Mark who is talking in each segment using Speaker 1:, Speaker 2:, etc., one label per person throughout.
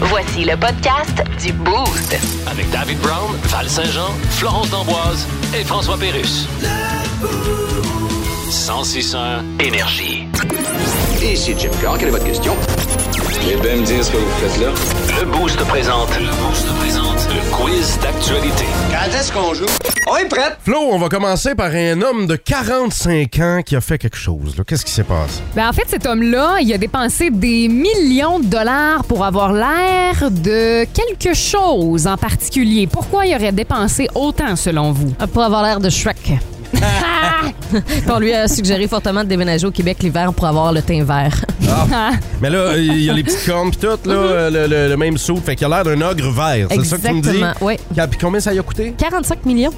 Speaker 1: Voici le podcast du Boost.
Speaker 2: Avec David Brown, Val Saint-Jean, Florence D'Amboise et François Pérus. 1061 Énergie.
Speaker 3: Ici Jim Carr, quelle est votre question?
Speaker 4: Eh bien me dire ce que vous faites là.
Speaker 2: Le Boost présente. Le Boost présente. Le quiz d'actualité.
Speaker 3: Quand est-ce qu'on joue? On est prêt!
Speaker 5: Flo, on va commencer par un homme de 45 ans qui a fait quelque chose. là. Qu'est-ce qui s'est passé?
Speaker 6: Ben, en fait, cet homme-là, il a dépensé des millions de dollars pour avoir l'air de quelque chose en particulier. Pourquoi il aurait dépensé autant, selon vous?
Speaker 7: Ah, Pour avoir l'air de Shrek. On lui a suggéré fortement de déménager au Québec l'hiver pour avoir le teint vert.
Speaker 6: Ah.
Speaker 5: Mais là, il y a les petites cornes pis tout,
Speaker 7: Mm-hmm.
Speaker 5: là, le, le- le même soupe. Fait qu'il a l'air d'un ogre vert. C'est ça que tu me dis?
Speaker 7: Exactement, oui.
Speaker 5: Ca- Puis combien ça y a coûté?
Speaker 7: 45 millions.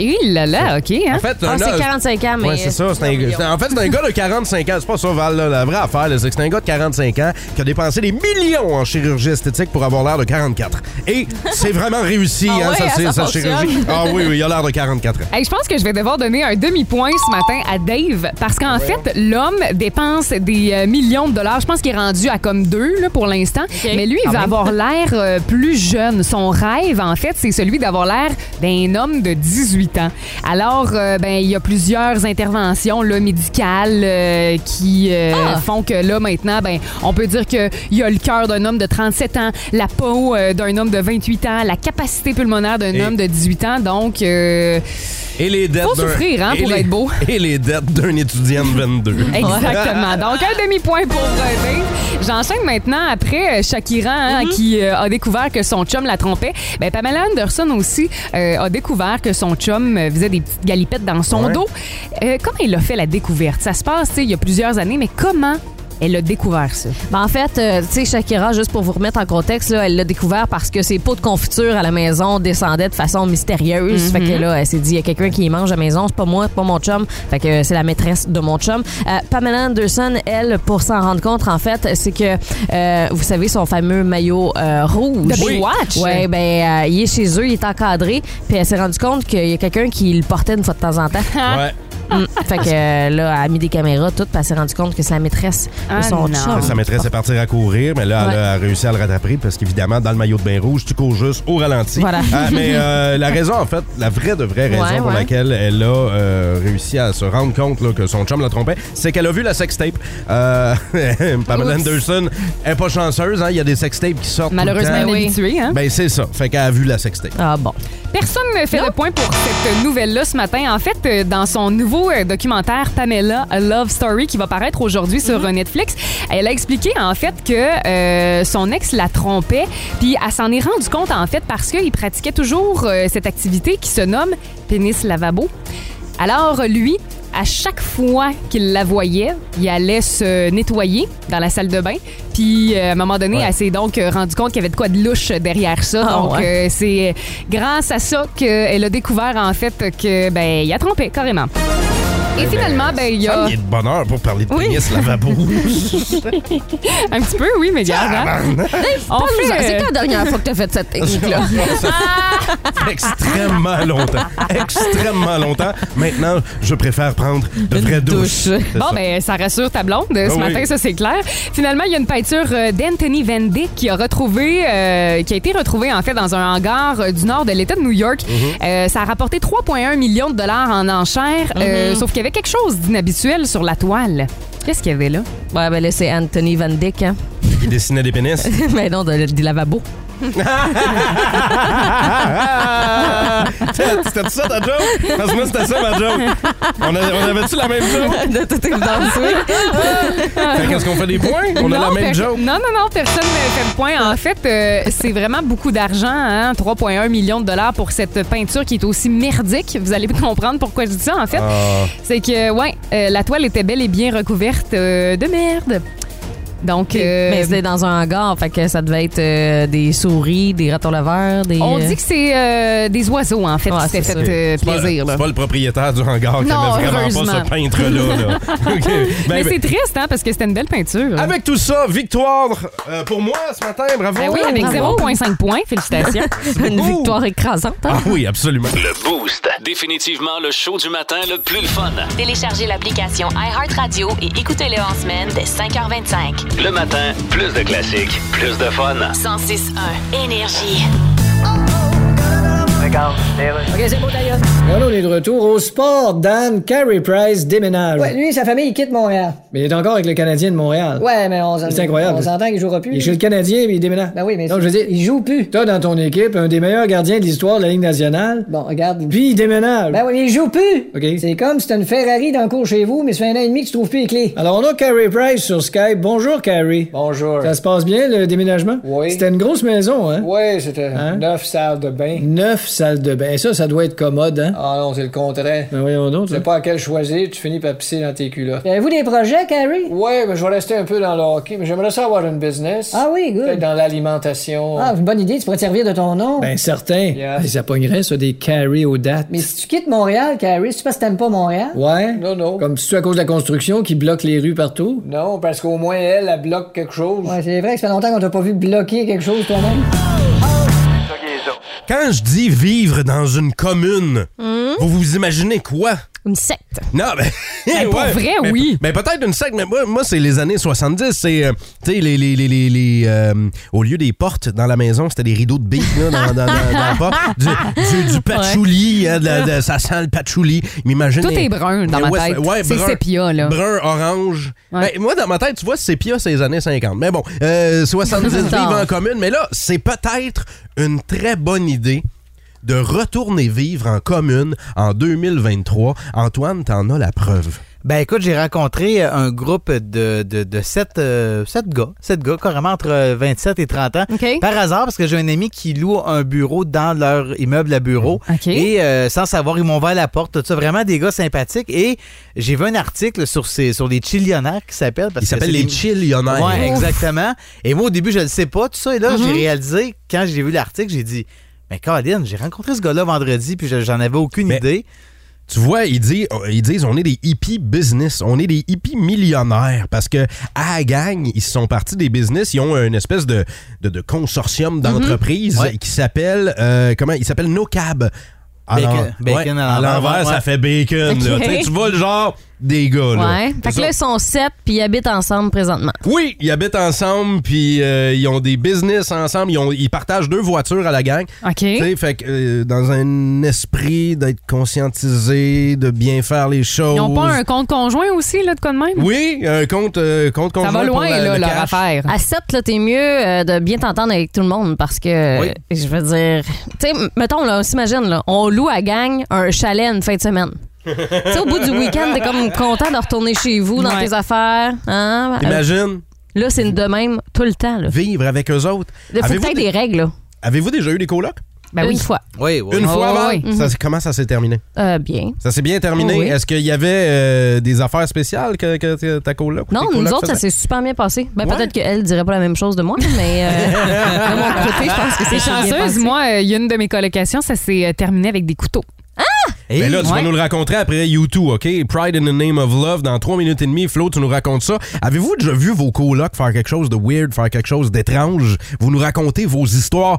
Speaker 6: Et là là, OK, hein?
Speaker 5: En fait,
Speaker 7: Ah,
Speaker 5: un
Speaker 7: c'est
Speaker 5: ogre-
Speaker 7: 45 ans, mais.
Speaker 5: Ouais, c'est ça. c'est un- c'est- en fait, c'est un gars de 45 ans. C'est pas ça, Val, là, la vraie affaire. là, C'est que c'est un gars de 45 ans qui a dépensé des millions en chirurgie esthétique pour avoir l'air de 44. Et c'est vraiment réussi,
Speaker 7: Ah
Speaker 5: hein,
Speaker 7: ouais,
Speaker 5: ça,
Speaker 7: hein,
Speaker 5: c'est-
Speaker 7: ça
Speaker 5: sa chirurgie.
Speaker 7: fonctionne.
Speaker 5: Ah oui, oui, il a l'air de 44 ans.
Speaker 6: Hey, je pense que je vais devoir donner un demi-point ce matin à Dave parce qu'en fait, l'homme dépense des euh, millions de dollars. Je pense qu'il est rendu à comme deux là, pour l'instant. Mais lui, il veut avoir l'air euh, plus jeune. Son rêve, en fait, c'est celui d'avoir l'air d'un homme de 18 ans. Alors, euh, ben, il y a plusieurs interventions là, médicales euh, qui euh, font que là, maintenant, ben, on peut dire qu'il y a le cœur d'un homme de 37 ans, la peau euh, d'un homme de 28 ans, la capacité pulmonaire d'un
Speaker 5: Et-
Speaker 6: homme de 18 ans. Donc, euh,
Speaker 5: Et les dettes
Speaker 6: Faut
Speaker 5: d'un-
Speaker 6: souffrir, hein,
Speaker 5: et
Speaker 6: pour
Speaker 5: les-
Speaker 6: être beau.
Speaker 5: Et les dettes d'un étudiant de 22.
Speaker 6: Exactement. Donc, un demi-point pour Dave. J'enchaîne maintenant après euh, Shakira,
Speaker 5: Mhm.
Speaker 6: hein, qui euh, a découvert que son chum la trompait. Ben, Pamela Anderson aussi euh, a découvert que son chum euh, faisait des petites galipettes dans son
Speaker 5: Ouais.
Speaker 6: dos. Euh, comment il a fait la découverte? Ça se passe tu sais, il y a plusieurs années, mais comment elle a découvert ça?
Speaker 7: Ben, en fait, euh, tu sais, Shakira, juste pour vous remettre en contexte, là, elle l'a découvert parce que ses pots de confiture à la maison descendaient de façon mystérieuse. Fait
Speaker 6: Mhm.
Speaker 7: que là, elle s'est dit, il y a quelqu'un qui les mange à la maison, c'est pas moi, c'est pas mon chum. Fait que euh, c'est la maîtresse de mon chum. Euh, Pamela Anderson, elle, pour s'en rendre compte, en fait, c'est que, euh, vous savez, son fameux maillot euh, rouge.
Speaker 6: De Baywatch.
Speaker 7: Ouais, ben, euh, il est chez eux, il est encadré, puis elle s'est rendue compte qu'il y a quelqu'un qui le portait une fois de temps en temps.
Speaker 5: Ouais.
Speaker 7: Mm. Fait que euh, là, elle a mis des caméras, tout, puis elle s'est rendue compte que c'est la maîtresse
Speaker 6: Ah,
Speaker 7: de son
Speaker 6: non.
Speaker 7: chum.
Speaker 5: Sa maîtresse est partir à courir, mais là, elle a réussi à le rattraper parce qu'évidemment, dans le maillot de bain rouge, tu cours juste au ralenti.
Speaker 7: Voilà.
Speaker 5: Ah, mais euh, la raison, en fait, la vraie de vraie raison
Speaker 7: Ouais,
Speaker 5: pour
Speaker 7: ouais.
Speaker 5: laquelle elle a euh, réussi à se rendre compte là, que son chum la trompait, c'est qu'elle a vu la sextape. Euh, Pamela
Speaker 6: Oups.
Speaker 5: Anderson est pas chanceuse, hein, il y a des sextapes qui sortent. tout le
Speaker 6: Malheureusement,
Speaker 5: temps.
Speaker 6: elle est habituée. Hein?
Speaker 5: Ben, c'est ça. Fait qu'elle a vu la sextape.
Speaker 7: Ah bon.
Speaker 6: Personne ne fait le point pour cette nouvelle-là ce matin. En fait, euh, dans son nouveau euh, documentaire Pamela A Love Story qui va paraître aujourd'hui sur
Speaker 7: Mhm.
Speaker 6: euh, Netflix, elle a expliqué en fait que euh, son ex la trompait, puis elle s'en est rendue compte en fait parce qu'il pratiquait toujours euh, cette activité qui se nomme pénis lavabo. Alors lui, à chaque fois qu'il la voyait, il allait se nettoyer dans la salle de bain. Puis euh, à un moment donné,
Speaker 5: Ouais.
Speaker 6: elle s'est donc euh, rendue compte qu'il y avait de quoi de louche derrière ça.
Speaker 7: Ah
Speaker 6: donc euh,
Speaker 7: ouais.
Speaker 6: c'est grâce à ça qu'elle a découvert en fait que ben il a trompé carrément. Et finalement, ben il y
Speaker 5: Eh Ça
Speaker 6: a
Speaker 5: me met de bonheur pour parler de
Speaker 6: Oui.
Speaker 5: pénis lavabo.
Speaker 6: un petit peu, oui, mais regarde. hein. On
Speaker 7: Parle-nous-en.
Speaker 6: fait,
Speaker 7: C'est
Speaker 6: euh,
Speaker 7: quand la dernière fois que t'as fait cette technique-là?
Speaker 5: extrêmement longtemps. Extrêmement longtemps. Maintenant, je préfère prendre de vraies douches.
Speaker 7: douche.
Speaker 5: C'est
Speaker 6: Bon,
Speaker 5: ça.
Speaker 6: ben, ça rassure ta blonde euh,
Speaker 5: Ah
Speaker 6: ce
Speaker 5: oui.
Speaker 6: matin, ça c'est clair. Finalement, il y a une peinture euh, d'Anthony Van Dyck qui a retrouvé, euh, qui a été retrouvée en fait dans un hangar euh, du nord de l'État de New York.
Speaker 5: Mhm.
Speaker 6: Euh, ça a rapporté 3,1 millions de dollars en enchères,
Speaker 5: Mhm.
Speaker 6: euh, sauf qu'il y avait quelque chose d'inhabituel sur la toile. Qu'est-ce qu'il y avait là?
Speaker 7: Ouais, ben là, c'est Anthony Van Dyck, hein?
Speaker 5: Il dessinait des pénis.
Speaker 7: Mais non, de- des lavabos.
Speaker 5: Ah, C'était ça ta joke? Parce que moi, c'était ça ma joke. On, a- on avait-tu la même joke?
Speaker 7: De toute évidence, oui.
Speaker 5: Fait qu'est-ce qu'on fait des points? On a la
Speaker 6: Non,
Speaker 5: même
Speaker 6: per-
Speaker 5: joke.
Speaker 6: Non, non, non, personne ne fait le point. En fait, euh, c'est vraiment beaucoup d'argent, hein, 3,1 millions de dollars pour cette peinture qui est aussi merdique. Vous allez comprendre pourquoi je dis ça, en fait.
Speaker 5: Ah.
Speaker 6: C'est que, ouais, euh, la toile était bel et bien recouverte euh, de merde. Donc, euh,
Speaker 7: Mais c'était dans un hangar, fait que ça devait être euh, des souris, des ratons laveurs, des.
Speaker 6: on dit que c'est euh, des oiseaux, en fait,
Speaker 7: Ouais,
Speaker 6: qui s'étaient
Speaker 7: Ah, c'est
Speaker 6: fait
Speaker 7: ça.
Speaker 6: euh,
Speaker 5: C'est pas-
Speaker 6: plaisir. là.
Speaker 5: C'est pas le propriétaire du hangar qui
Speaker 6: Non,
Speaker 5: aimait vraiment
Speaker 6: heureusement.
Speaker 5: pas ce peintre-là. là. OK. Ben,
Speaker 6: Mais
Speaker 5: ben,
Speaker 6: c'est triste, hein, parce que c'était une belle peinture.
Speaker 5: avec tout ça, victoire euh, pour moi ce matin. Bravo.
Speaker 6: Ben oui, avec
Speaker 7: bravo.
Speaker 6: 0,5 points, félicitations.
Speaker 7: euh, Une
Speaker 5: beaucoup.
Speaker 7: victoire écrasante, hein?
Speaker 5: Ah oui, absolument.
Speaker 2: Le Boost. Définitivement le show du matin le plus le fun.
Speaker 1: Téléchargez l'application iHeartRadio et écoutez-le en semaine dès 5h25.
Speaker 2: Le matin, plus de classiques, plus de fun.
Speaker 8: 106.1 Énergie.
Speaker 9: Alors, on est de retour au sport. Dan Carey Price déménage.
Speaker 10: Ouais, lui, sa famille, il quitte Montréal.
Speaker 9: Mais il est encore avec le Canadien de Montréal.
Speaker 10: Ouais, mais on
Speaker 9: C'est incroyable.
Speaker 10: On s'entend qu'il jouera plus.
Speaker 9: Il est chez le Canadien, mais il déménage.
Speaker 10: Ben oui, mais
Speaker 9: Donc, je veux dire,
Speaker 10: il joue plus.
Speaker 9: t'as dans ton équipe un des meilleurs gardiens de l'histoire de la Ligue nationale,
Speaker 10: Bon, regarde.
Speaker 9: puis il déménage.
Speaker 10: Ben oui, mais il joue plus.
Speaker 9: OK.
Speaker 10: C'est comme si t'as une Ferrari dans le cours chez vous, mais ça fait un an et demi que tu trouves plus les clés.
Speaker 9: Alors, on a Carey Price sur Skype. Bonjour, Carey.
Speaker 10: Bonjour.
Speaker 9: Ça se passe bien, le déménagement?
Speaker 10: Oui.
Speaker 9: C'était une grosse maison, hein?
Speaker 10: Ouais, c'était
Speaker 9: Hein?
Speaker 10: neuf salles de bain.
Speaker 9: Neuf salles de bain. Ça, ça doit être commode, hein?
Speaker 10: Ah non, c'est le contraire.
Speaker 9: Ben voyons donc.
Speaker 10: Tu sais
Speaker 9: ça.
Speaker 10: pas à quel choisir, tu finis par pisser dans tes culottes. Avez-vous des projets, Carrie? Ouais, mais je vais rester un peu dans le hockey, mais j'aimerais ça avoir une business. Ah oui, good. Peut-être dans l'alimentation. Ah, c'est une bonne idée, tu pourrais te servir de ton nom.
Speaker 9: Ben certain.
Speaker 10: Yeah.
Speaker 9: Ça pognerait, ça, des Carey aux dates.
Speaker 10: mais si tu quittes Montréal, Carrie, c'est parce que t'aimes pas Montréal?
Speaker 9: Ouais?
Speaker 10: Non, non.
Speaker 9: Comme si tu à cause de la construction qui bloque les rues partout?
Speaker 10: Non, parce qu'au moins elle, elle bloque quelque chose. Ouais, c'est vrai que ça fait longtemps qu'on t'a pas vu bloquer quelque chose toi-même.
Speaker 5: Quand je dis vivre dans une commune,
Speaker 6: Hmm?
Speaker 5: vous vous imaginez quoi?
Speaker 7: Une secte.
Speaker 5: Non, mais.
Speaker 6: Ben, pour vrai, oui.
Speaker 5: Mais peut-être une secte, mais moi, moi, c'est les années 70. C'est, euh, tu sais, les. les, les, les, les, euh, au lieu des portes dans la maison, c'était des rideaux de billes, là, dans, dans, dans- dans la porte. Du, du, du patchouli, hein, de la- de- ça sent le patchouli. M'imagine.
Speaker 6: Tout
Speaker 5: les-
Speaker 6: est brun dans
Speaker 5: les
Speaker 6: ma
Speaker 5: West-
Speaker 6: tête.
Speaker 5: ouais,
Speaker 6: C'est
Speaker 5: brun.
Speaker 6: sépia, là.
Speaker 5: Brun, orange.
Speaker 6: Ouais.
Speaker 5: Ben, moi, dans ma tête, tu vois, sépia, c'est les années 50. Mais bon, euh, 70
Speaker 7: Plus tard.
Speaker 5: vivre en commune. Mais là, c'est peut-être une très bonne idée de retourner vivre en commune en 2023. Antoine, t'en as la preuve.
Speaker 11: Ben écoute, j'ai rencontré euh, un groupe de, de, de sept, euh, sept gars, sept gars, carrément entre euh, 27 et 30 ans.
Speaker 7: OK.
Speaker 11: Par hasard, parce que j'ai un ami qui loue un bureau dans leur immeuble à bureau.
Speaker 6: OK.
Speaker 11: Et euh, sans savoir, ils m'ont ouvert la porte. Tout ça, vraiment des gars sympathiques. Et j'ai vu un article sur, ces, sur les chillionnaires qui s'appellent. parce que
Speaker 5: Il s'appelle
Speaker 11: c'est
Speaker 5: les
Speaker 11: des-
Speaker 5: Chillionnaires.
Speaker 11: Ouais, exactement. Et moi, au début, je ne le sais pas, tout ça. Et là, j'ai réalisé, quand j'ai vu l'article, j'ai dit Mais Caroline, j'ai rencontré ce gars-là vendredi, puis je- j'en avais aucune
Speaker 5: Mais-
Speaker 11: idée.
Speaker 5: Tu vois, ils disent, ils disent on est des hippies business, on est des hippies millionnaires parce que à la gang, ils sont partis des business, ils ont une espèce de, de, de consortium d'entreprises
Speaker 11: Ouais.
Speaker 5: qui s'appelle euh, comment Il s'appelle NoCab.
Speaker 11: Bacon- bacon à
Speaker 5: à
Speaker 11: l'envers,
Speaker 5: l'envers,
Speaker 11: ouais.
Speaker 5: ça fait bacon. là.
Speaker 7: Ok.
Speaker 5: Tu sais, Tu vois le genre des gars. Là.
Speaker 7: Ouais. Fait que là, ils sont sept, puis ils habitent ensemble présentement.
Speaker 5: Oui, ils habitent ensemble, puis euh, ils ont des business ensemble, ils, ont- ils partagent deux voitures à la gang.
Speaker 6: OK.
Speaker 5: Tu sais, fait que euh, dans un esprit d'être conscientisé, de bien faire les choses.
Speaker 6: Ils n'ont pas un compte conjoint aussi, là, de quoi de même?
Speaker 5: Oui, un compte, euh, compte
Speaker 6: Ça
Speaker 5: conjoint.
Speaker 6: va
Speaker 5: pour
Speaker 6: loin,
Speaker 5: la-
Speaker 6: là,
Speaker 5: le
Speaker 6: leur
Speaker 5: cash. Ah,
Speaker 6: affaire.
Speaker 7: À sept, là, t'es mieux euh, de bien t'entendre avec tout le monde parce que,
Speaker 11: Oui.
Speaker 7: euh, je veux dire, tu sais, m- mettons, là, on s'imagine, là, on loue à gang un chalet une fin de semaine. tu sais, au bout du week-end, t'es comme content de retourner chez vous, dans
Speaker 6: Ouais.
Speaker 7: tes affaires. hein?
Speaker 5: Imagine
Speaker 7: Là, c'est de même tout le temps, là.
Speaker 5: vivre avec eux autres.
Speaker 7: Il faut que
Speaker 5: Avez-vous
Speaker 7: t'aies
Speaker 5: dé-
Speaker 7: des règles, là.
Speaker 5: Avez-vous déjà eu des colocs?
Speaker 6: Ben
Speaker 7: une
Speaker 6: oui.
Speaker 7: fois.
Speaker 11: Oui, oui.
Speaker 5: Une
Speaker 6: Oh,
Speaker 5: fois avant?
Speaker 6: oui.
Speaker 5: Ça, c'est- comment ça s'est terminé?
Speaker 7: Euh, bien.
Speaker 5: Ça s'est bien terminé.
Speaker 7: Oui.
Speaker 5: Est-ce qu'il y avait euh, des affaires spéciales que, que t- ta coloc? ou
Speaker 7: Non,
Speaker 5: tes
Speaker 7: nous
Speaker 5: colocs
Speaker 7: autres, ça
Speaker 5: faisaient?
Speaker 7: s'est super bien passé. Ben,
Speaker 5: Ouais.
Speaker 7: Peut-être qu'elle dirait pas la même chose de moi, mais euh, de mon côté, je pense que c'est
Speaker 6: C'est
Speaker 7: bien
Speaker 6: chanceuse,
Speaker 7: passé.
Speaker 6: moi, euh, il y a une de mes colocations, ça s'est euh, terminé avec des couteaux.
Speaker 5: Ben là, tu vas
Speaker 6: Eh, Ouais.
Speaker 5: nous le raconter après U2, OK? Pride in the Name of Love, dans 3 minutes et demie. Flo, tu nous racontes ça. Avez-vous déjà vu vos colocs faire quelque chose de weird, faire quelque chose d'étrange? Vous nous racontez vos histoires.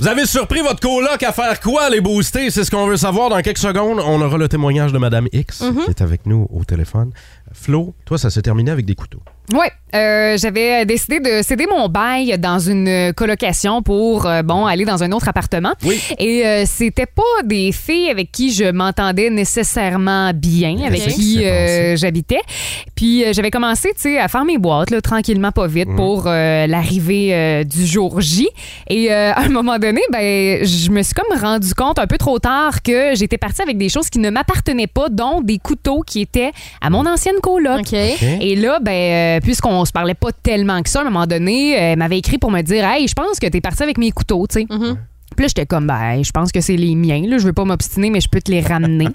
Speaker 5: Vous avez surpris votre coloc à faire quoi, les boostés? C'est ce qu'on veut savoir dans quelques secondes. On aura le témoignage de Madame X,
Speaker 6: Mhm.
Speaker 5: qui est avec nous au téléphone. Flo, toi, ça s'est terminé avec des couteaux.
Speaker 6: Oui, euh, j'avais décidé de céder mon bail dans une euh, colocation pour euh, bon aller dans un autre appartement.
Speaker 5: Oui.
Speaker 6: Et euh, c'était pas des filles avec qui je m'entendais nécessairement bien, avec
Speaker 5: qu'est-ce qui
Speaker 6: qui
Speaker 5: s'est passé?
Speaker 6: euh, j'habitais. Puis euh, j'avais commencé, tu sais, à faire mes boîtes là, tranquillement, pas
Speaker 5: Mhm.
Speaker 6: vite, pour euh, l'arrivée euh, du jour J. Et euh, à un moment donné, ben, je me suis comme rendu compte un peu trop tard que j'étais partie avec des choses qui ne m'appartenaient pas, dont des couteaux qui étaient à mon ancienne coloc.
Speaker 7: OK.
Speaker 6: Et là, ben, euh, puisqu'on se parlait pas tellement que ça, à un moment donné, euh, elle m'avait écrit pour me dire Hey, je pense que t'es parti avec mes couteaux, tu sais.
Speaker 7: Mhm.
Speaker 6: Puis là, j'étais comme, ben, je pense que c'est les miens. Là. Je veux pas m'obstiner, mais je peux te les ramener.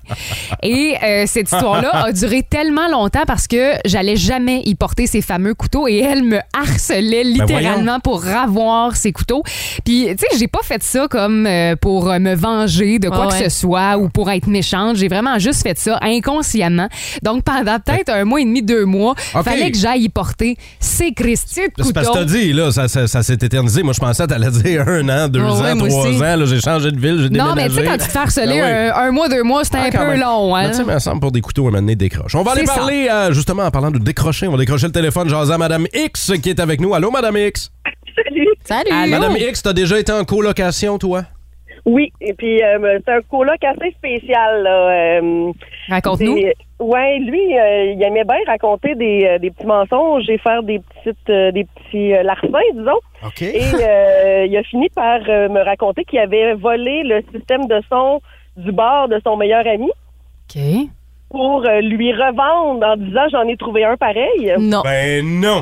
Speaker 6: et euh, cette histoire-là a duré tellement longtemps parce que j'allais jamais y porter ces fameux couteaux et elle me harcelait
Speaker 5: Ben
Speaker 6: littéralement pour avoir ces couteaux. Puis, tu sais, j'ai pas fait ça comme euh, pour euh, me venger de quoi
Speaker 7: Ah
Speaker 6: que
Speaker 7: ouais.
Speaker 6: ce soit ou pour être méchante. J'ai vraiment juste fait ça inconsciemment. Donc, pendant peut-être un mois et demi, deux mois,
Speaker 5: Ok.
Speaker 6: fallait que j'aille y porter ces Christie de
Speaker 5: C'est parce
Speaker 6: couteaux.
Speaker 5: que t'as dit, là, ça, ça- ça s'est éternisé. Moi, je pensais que t'allais dire un an, deux
Speaker 7: Ah ouais,
Speaker 5: ans,
Speaker 7: moi
Speaker 5: trois
Speaker 7: aussi.
Speaker 5: deux ans, là, j'ai changé de ville, j'ai déménagé.
Speaker 6: Non, mais tu sais, quand tu te fais harceler
Speaker 5: Ah ouais.
Speaker 6: un, un mois, deux mois, c'est un
Speaker 5: Ah, quand
Speaker 6: peu
Speaker 5: même.
Speaker 6: long. Hein?
Speaker 5: Mais tu sais, mais ensemble pour des couteaux à mener décroche. On va aller
Speaker 6: C'est ça.
Speaker 5: parler, euh, justement, en parlant de décrocher, on va décrocher le téléphone, j'en à Madame X qui est avec nous. Allô, Madame X?
Speaker 6: Salut!
Speaker 5: Madame X, t'as déjà été en colocation, toi?
Speaker 12: Oui, et puis euh, c'est un coloc assez spécial. là, euh,
Speaker 6: Raconte-nous.
Speaker 12: des- Ouais, lui, euh, il aimait bien raconter des, euh, des petits mensonges et faire des petites euh, des petits euh, larcins, disons.
Speaker 11: OK.
Speaker 12: Et euh, il a fini par euh, me raconter qu'il avait volé le système de son du bar de son meilleur ami
Speaker 6: OK.
Speaker 12: pour euh, lui revendre en disant j'en ai trouvé un pareil.
Speaker 5: Ben non!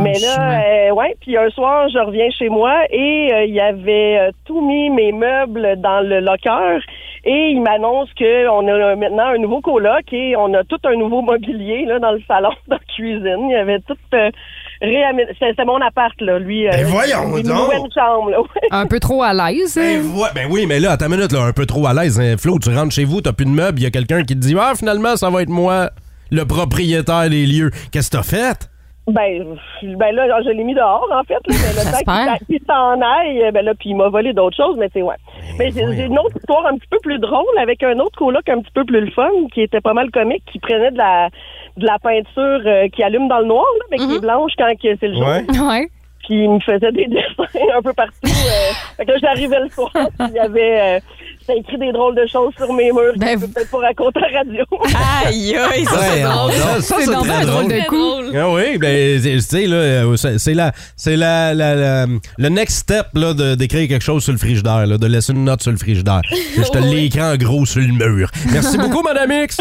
Speaker 12: Mais là, euh, ouais, puis un soir, je reviens chez moi et euh, il avait euh, tout mis mes meubles dans le locker et il m'annonce que on a maintenant un nouveau coloc et on a tout un nouveau mobilier là dans le salon, dans la cuisine. Il avait tout euh, réamé- c'est C'était mon appart là, lui.
Speaker 5: Ben voyons
Speaker 12: il me
Speaker 5: donc!
Speaker 12: louait une chambre. là, ouais.
Speaker 6: Un peu trop à l'aise. hein?
Speaker 5: Ouais, ben oui, mais là, à ta minute, là, un peu trop à l'aise. hein. Flo, tu rentres chez vous, t'as plus de meubles, il y a quelqu'un qui te dit Ah, finalement, ça va être moi, le propriétaire des lieux. Qu'est-ce que t'as fait?
Speaker 12: Ben, ben là, je l'ai mis dehors, en fait. Là, mais le temps qu'il- qu'il s'en aille, ben là, puis il m'a volé d'autres choses, mais c'est ouais. Mais Ben,
Speaker 5: Ben,
Speaker 12: j'ai j'ai une autre histoire un petit peu plus drôle avec un autre coloc un petit peu plus le fun, qui était pas mal comique, qui prenait de la de la peinture euh, qui allume dans le noir, là, mais qui est blanche quand que c'est le jour.
Speaker 5: Ouais.
Speaker 6: Ouais.
Speaker 12: Puis il me faisait des dessins un peu partout. euh. fait que là, j'arrivais le soir, puis il y avait... euh, j'avais écrit des drôles de choses sur mes murs
Speaker 7: Ben,
Speaker 12: que je peux peut-être pas raconter à la radio.
Speaker 13: Aïe, aïe, ça, c'est
Speaker 5: Ouais, on-
Speaker 13: drôle.
Speaker 5: ça, ça, c'est
Speaker 13: donc
Speaker 5: très
Speaker 13: bien
Speaker 5: drôle.
Speaker 13: de coup.
Speaker 5: Ah oui, ben, tu sais, là, euh, c'est c'est la, c'est la, la- la- le next step, là, de- d'écrire quelque chose sur le frigidaire, là, de laisser une note sur le frigidaire. Je te l'écris en gros sur le mur. Merci beaucoup, Madame X.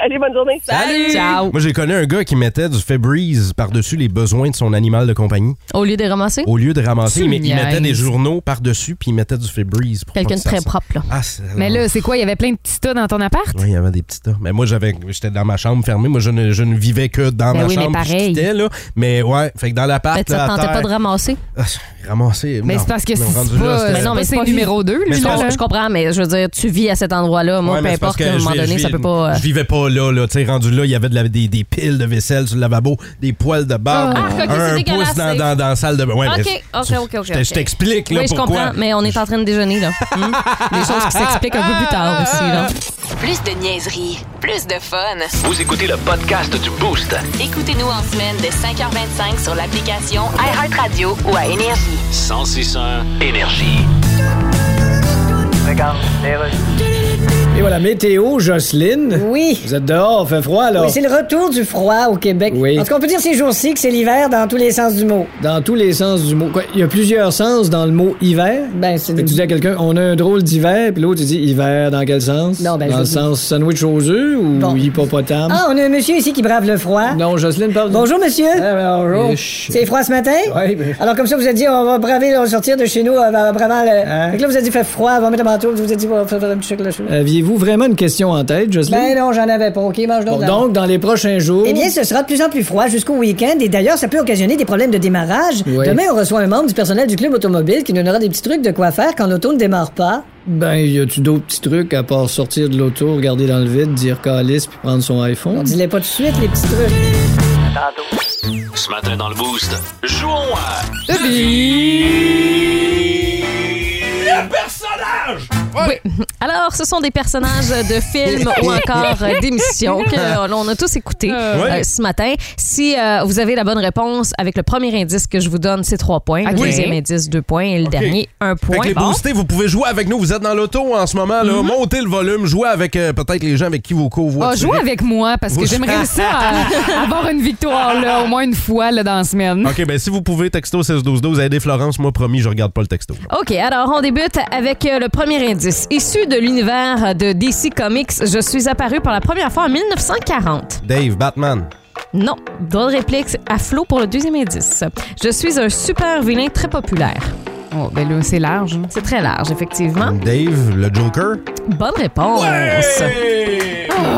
Speaker 12: Allez, bonne journée.
Speaker 6: Salut! Ciao!
Speaker 5: Moi, j'ai connu un gars qui mettait du Febreze par-dessus les besoins de son animal de compagnie.
Speaker 7: Au lieu de ramasser?
Speaker 5: Au lieu de ramasser,
Speaker 7: Tu
Speaker 5: il, met- il
Speaker 7: niaises.
Speaker 5: mettait des journaux par-dessus, puis il mettait du Febreze. pour pas
Speaker 7: Quelqu'un
Speaker 5: que
Speaker 7: de
Speaker 5: ça
Speaker 7: très
Speaker 5: sente.
Speaker 7: propre, là.
Speaker 5: Ah, c'est-
Speaker 6: Mais là, c'est quoi? Il y avait plein de petits tas dans ton appart?
Speaker 5: Oui, il y avait des petits tas. Mais moi, j'avais, j'étais dans ma chambre fermée. Moi, je ne, je ne vivais que dans
Speaker 6: Ben
Speaker 5: ma
Speaker 6: oui, mais
Speaker 5: chambre. puis je
Speaker 6: pareil.
Speaker 5: quittais, là. Mais ouais, fait que dans l'appart,
Speaker 7: Mais ça
Speaker 5: là, à
Speaker 7: tentait
Speaker 5: Ah, terre-
Speaker 7: pas de ramasser?
Speaker 5: Ah, ramasser.
Speaker 7: Mais
Speaker 5: non.
Speaker 7: c'est parce que
Speaker 5: Non,
Speaker 7: c'est
Speaker 5: rendu
Speaker 7: pas-
Speaker 5: là, c'était-
Speaker 7: Mais non, mais c'est numéro 2,
Speaker 5: Mais
Speaker 7: lui,
Speaker 5: c'est
Speaker 7: là,
Speaker 5: parce-
Speaker 7: Je comprends, mais je veux dire, tu vis à cet endroit-là. Moi,
Speaker 5: Ouais,
Speaker 7: peu
Speaker 5: mais c'est parce
Speaker 7: importe,
Speaker 5: que
Speaker 7: à un
Speaker 5: je
Speaker 7: moment
Speaker 5: vis-
Speaker 7: donné,
Speaker 5: je
Speaker 7: ça
Speaker 5: vis-
Speaker 7: peut pas... euh,
Speaker 5: Je vivais pas là, là. Tu sais, rendu là, il y avait de la- des, des piles de vaisselle sur le lavabo, des poils de barbe,
Speaker 7: Ah, ok, c'est
Speaker 5: un, un
Speaker 7: dégueulasse,
Speaker 5: pouce dans,
Speaker 7: c'est-
Speaker 5: dans, dans la salle de bain. Ouais, mais
Speaker 7: OK, OK, OK, OK.
Speaker 5: je te- je t'explique, là,
Speaker 7: Oui, je
Speaker 5: pourquoi.
Speaker 7: comprends, mais on est en train de déjeuner, là. Hmm? Des choses qui s'expliquent un peu plus tard aussi, là.
Speaker 1: Plus de niaiserie, plus de fun.
Speaker 2: Vous écoutez le podcast du Boost.
Speaker 1: Écoutez-nous en semaine de 5h25 sur l'application iHeartRadio ou à Énergie.
Speaker 2: 1061 Énergie.
Speaker 10: Regarde,
Speaker 9: Et voilà, météo, Jocelyne. Oui. Vous êtes dehors, fait froid, là.
Speaker 14: Oui, c'est le retour du froid au Québec.
Speaker 9: Oui.
Speaker 14: En tout cas, on peut dire ces jours-ci que c'est l'hiver dans tous les sens du mot.
Speaker 9: Dans tous les sens du mot. Quoi, Il y a plusieurs sens dans le mot hiver.
Speaker 14: Ben, c'est
Speaker 9: Fait que tu dis à quelqu'un, on a un drôle d'hiver, puis l'autre, tu dis hiver dans quel sens?
Speaker 14: Non, ben,
Speaker 9: Dans
Speaker 14: je
Speaker 9: le
Speaker 14: dis-
Speaker 9: sens sandwich aux œufs ou hippopotame?
Speaker 14: Ah, on a un monsieur ici qui brave le froid.
Speaker 9: Non, Jocelyne parle.
Speaker 14: Bonjour, monsieur.
Speaker 9: bonjour.
Speaker 14: C'est froid ce matin?
Speaker 9: Oui, ben-
Speaker 14: Alors, comme ça, vous avez dit, on va braver, on va sortir de chez nous, on va vraiment. le-
Speaker 9: Hein?
Speaker 14: Fait que là, vous avez dit, fait froid, on va mettre un manteau, vous avez dit, on va faire faire un petit chocolat chaud.
Speaker 9: Aviez-vous vraiment une question en tête, Jocelyne?
Speaker 14: Ben non, j'en avais pas. OK, mange donc.
Speaker 9: Bon,
Speaker 14: là.
Speaker 9: donc, dans les prochains jours.
Speaker 14: Eh bien, ce sera de plus en plus froid jusqu'au week-end et d'ailleurs, ça peut occasionner des problèmes de démarrage.
Speaker 9: Oui.
Speaker 14: Demain, on reçoit un membre du personnel du club automobile qui nous donnera des petits trucs de quoi faire quand l'auto ne démarre pas.
Speaker 9: Ben, y a-tu d'autres petits trucs à part sortir de l'auto, regarder dans le vide, dire calice puis prendre son iPhone?
Speaker 14: On dit les pas tout de suite, les petits trucs.
Speaker 2: Ce matin dans le Boost, jouons à
Speaker 5: Le personnage!
Speaker 7: Oui. Alors, ce sont des personnages de films ou encore euh, d'émissions que euh, on a tous écoutés
Speaker 5: Ouais.
Speaker 7: euh, ce matin. Si euh, vous avez la bonne réponse avec le premier indice que je vous donne, c'est trois points.
Speaker 6: Ok.
Speaker 7: Le deuxième indice, deux points. Et le dernier, un
Speaker 5: Fait
Speaker 7: point.
Speaker 5: que les
Speaker 7: Bon.
Speaker 5: boostés, vous pouvez jouer avec nous. Vous êtes dans l'auto en ce moment. Là. Montez le volume, jouez avec euh, peut-être les gens avec qui vous
Speaker 6: Ah,
Speaker 5: covoitez.
Speaker 6: jouez avec moi parce que
Speaker 5: Vous-
Speaker 6: j'aimerais ça euh, avoir une victoire là, au moins une fois là, dans la semaine.
Speaker 5: OK, ben si vous pouvez, texto 16-12-12, aider Florence. Moi, promis, je regarde pas le texto.
Speaker 7: OK, alors on débute avec euh, le premier indice. Issu de l'univers de DC Comics, je suis apparu pour la première fois en 1940.
Speaker 5: Dave, Batman.
Speaker 7: Non, d'autres répliques à flot pour le deuxième indice. Je suis un super vilain très populaire.
Speaker 6: Oh, ben là, c'est large.
Speaker 7: C'est très large, effectivement.
Speaker 5: Dave, le Joker.
Speaker 7: Bonne réponse.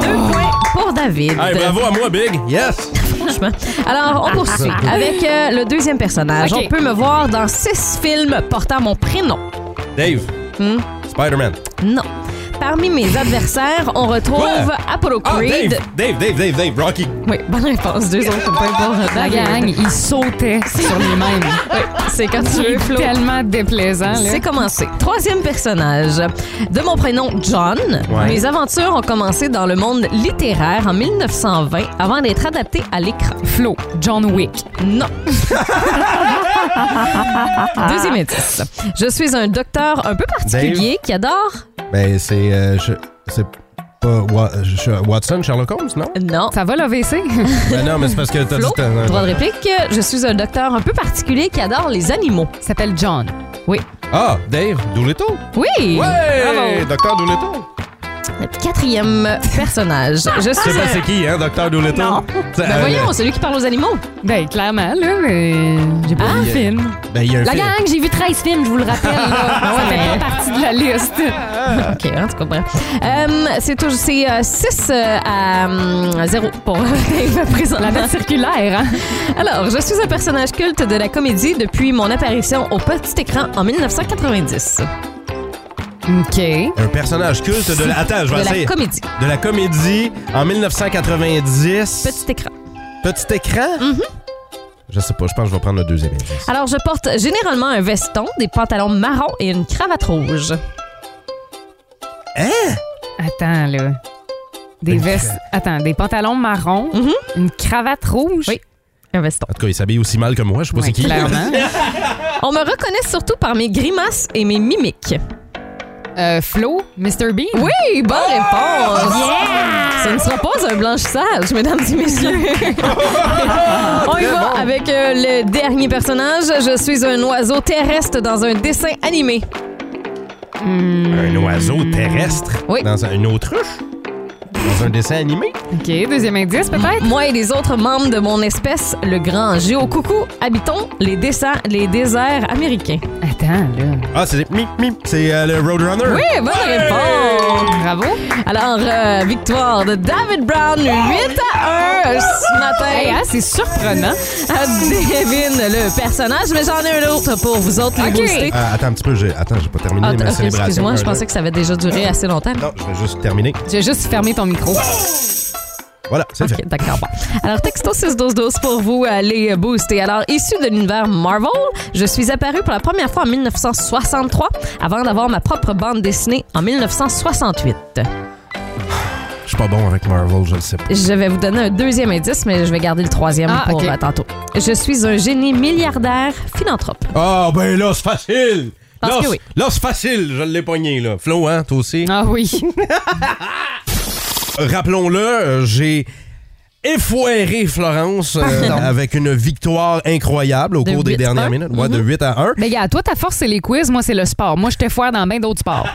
Speaker 7: Deux points pour David.
Speaker 5: Hey, bravo à moi, Big. Yes.
Speaker 7: Franchement. Alors, on poursuit avec euh, le deuxième personnage.
Speaker 6: Ok.
Speaker 7: On peut me voir dans six films portant mon prénom.
Speaker 5: Dave,
Speaker 7: Hmm?
Speaker 5: Spider-Man.
Speaker 7: Non. Parmi mes adversaires, on retrouve
Speaker 5: Ouais.
Speaker 7: Apollo
Speaker 5: Ah,
Speaker 7: Creed.
Speaker 5: Dave, Dave, Dave, Dave, Dave, Rocky.
Speaker 7: Oui, bonne réponse. Deux autres, peu importe.
Speaker 6: La gang, ils sautaient sur les mêmes.
Speaker 7: c'est quand tu
Speaker 6: C'est
Speaker 7: veux, Flo.
Speaker 6: tellement déplaisant. là.
Speaker 7: C'est commencé. Troisième personnage. De mon prénom John,
Speaker 6: Ouais.
Speaker 7: mes aventures ont commencé dans le monde littéraire en 1920 avant d'être adaptées à l'écran.
Speaker 6: Flo, John Wick.
Speaker 7: Non. Deuxième indice. Je suis un docteur un peu particulier qui adore.
Speaker 5: Ben, c'est. euh, je- c'est pas Wa- je- Watson, Sherlock Holmes, non?
Speaker 7: Non.
Speaker 6: Ça va l'AVC?
Speaker 5: Ben non, mais c'est parce que t'as dit.
Speaker 7: Flo,
Speaker 5: t'as-
Speaker 7: droit de réplique. Je suis un docteur un peu particulier qui adore les animaux.
Speaker 6: s'appelle John.
Speaker 7: Oui.
Speaker 5: Ah, Dave, Doolittle.
Speaker 7: Oui.
Speaker 5: Ouais!
Speaker 7: Bravo.
Speaker 5: Docteur Doolittle.
Speaker 7: Quatrième personnage. Je
Speaker 5: Tu
Speaker 7: suis.
Speaker 5: sais pas c'est qui, hein, Docteur Doolittle? euh, Non.
Speaker 7: Ben voyons, celui qui parle aux animaux.
Speaker 6: Ben, clairement, là, mais j'ai pas vu le Ah, film. Ah
Speaker 5: Ben, il y a un
Speaker 6: La
Speaker 5: film.
Speaker 6: gang,
Speaker 7: j'ai vu 13 films, je vous le rappelle.
Speaker 6: là. Ça fait pas partie de la liste.
Speaker 7: OK, hein, tu comprends. Euh, c'est toujours c'est 6 à 0 pour présent.
Speaker 6: La note
Speaker 5: hein.
Speaker 6: circulaire.
Speaker 7: Alors, je suis un personnage culte de la comédie depuis mon apparition au petit écran en 1990.
Speaker 6: OK.
Speaker 5: Un personnage culte de la. Attends, je vais
Speaker 7: De la
Speaker 5: essayer.
Speaker 7: comédie.
Speaker 5: De la comédie en 1990.
Speaker 7: Petit écran.
Speaker 5: Petit écran? Mm-hmm. Je sais pas, je pense que je vais prendre le deuxième indice.
Speaker 7: Alors, je porte généralement un veston, des pantalons marrons et une cravate rouge.
Speaker 5: Hein?
Speaker 6: Attends, là. Des
Speaker 5: Une
Speaker 6: vestes.
Speaker 5: cra-
Speaker 6: Attends, des pantalons marrons, une cravate rouge. Mm-hmm. Oui.
Speaker 7: Un veston.
Speaker 5: En tout cas, il s'habille aussi mal que moi, je sais pas c'est qui.
Speaker 6: clairement.
Speaker 7: On me reconnaît surtout par mes grimaces et mes mimiques.
Speaker 6: Euh, Flo, Mr. Bean.
Speaker 7: Oui, bonne
Speaker 6: Oh!
Speaker 7: réponse. Ce ne sera pas un blanchissage, mesdames et messieurs. On y va avec euh, le dernier personnage. Je suis un oiseau terrestre dans un dessin animé.
Speaker 5: Un oiseau terrestre.
Speaker 7: Oui.
Speaker 5: Dans un- une autruche. Dans un dessin animé.
Speaker 6: OK, deuxième indice peut-être.
Speaker 7: Moi et les autres membres de mon espèce, le grand géocoucou, habitons les, dessins- les déserts américains.
Speaker 6: Attends, là.
Speaker 5: Ah, c'est mip, mip. C'est euh, le Roadrunner.
Speaker 7: Oui, Eh, bonne réponse.
Speaker 6: Bravo.
Speaker 7: Alors, euh, victoire de David Brown, 8 à 1 ce matin.
Speaker 6: Hey, hein, c'est surprenant.
Speaker 7: à Devin, le personnage, mais j'en ai un autre pour vous autres, les
Speaker 6: Ok.
Speaker 7: boostés.
Speaker 5: Ah, attends un petit peu, j'ai, attends, j'ai pas terminé
Speaker 7: Ah,
Speaker 5: ma
Speaker 7: ok,
Speaker 5: célébration.
Speaker 7: excuse-moi, je
Speaker 5: Un,
Speaker 7: pensais que ça avait déjà duré assez longtemps.
Speaker 5: deux. Non, je vais juste terminer.
Speaker 6: J'ai juste fermé ton micro.
Speaker 5: Voilà, c'est
Speaker 7: Ok,
Speaker 5: fait.
Speaker 7: d'accord. bon. Alors, texto 61212 pour vous, euh, les boostés. Alors, issu de l'univers Marvel, je suis apparue pour la première fois en 1963 avant d'avoir ma propre bande dessinée en 1968.
Speaker 5: Je suis pas bon avec Marvel, je le sais pas.
Speaker 7: Je vais vous donner un deuxième indice, mais je vais garder le troisième
Speaker 6: Ah,
Speaker 7: pour
Speaker 6: ok.
Speaker 7: euh, tantôt. Je suis un génie milliardaire philanthrope.
Speaker 5: Ah, ben là, c'est facile!
Speaker 7: Parce
Speaker 5: là,
Speaker 7: que
Speaker 5: c'est-
Speaker 7: oui.
Speaker 5: là, c'est facile, je l'ai pogné, là. Flo, hein, toi aussi?
Speaker 6: Ah oui.
Speaker 5: Rappelons-le, euh, j'ai effoiré Florence euh, avec une victoire incroyable au
Speaker 7: De Mm-hmm.
Speaker 5: cours des
Speaker 7: 8
Speaker 5: dernières
Speaker 7: à un.
Speaker 5: minutes. Ouais, de 8 à 1.
Speaker 6: Mais gars, toi, ta force, c'est les quiz. Moi, c'est le sport. Moi, je te foire dans bien d'autres sports.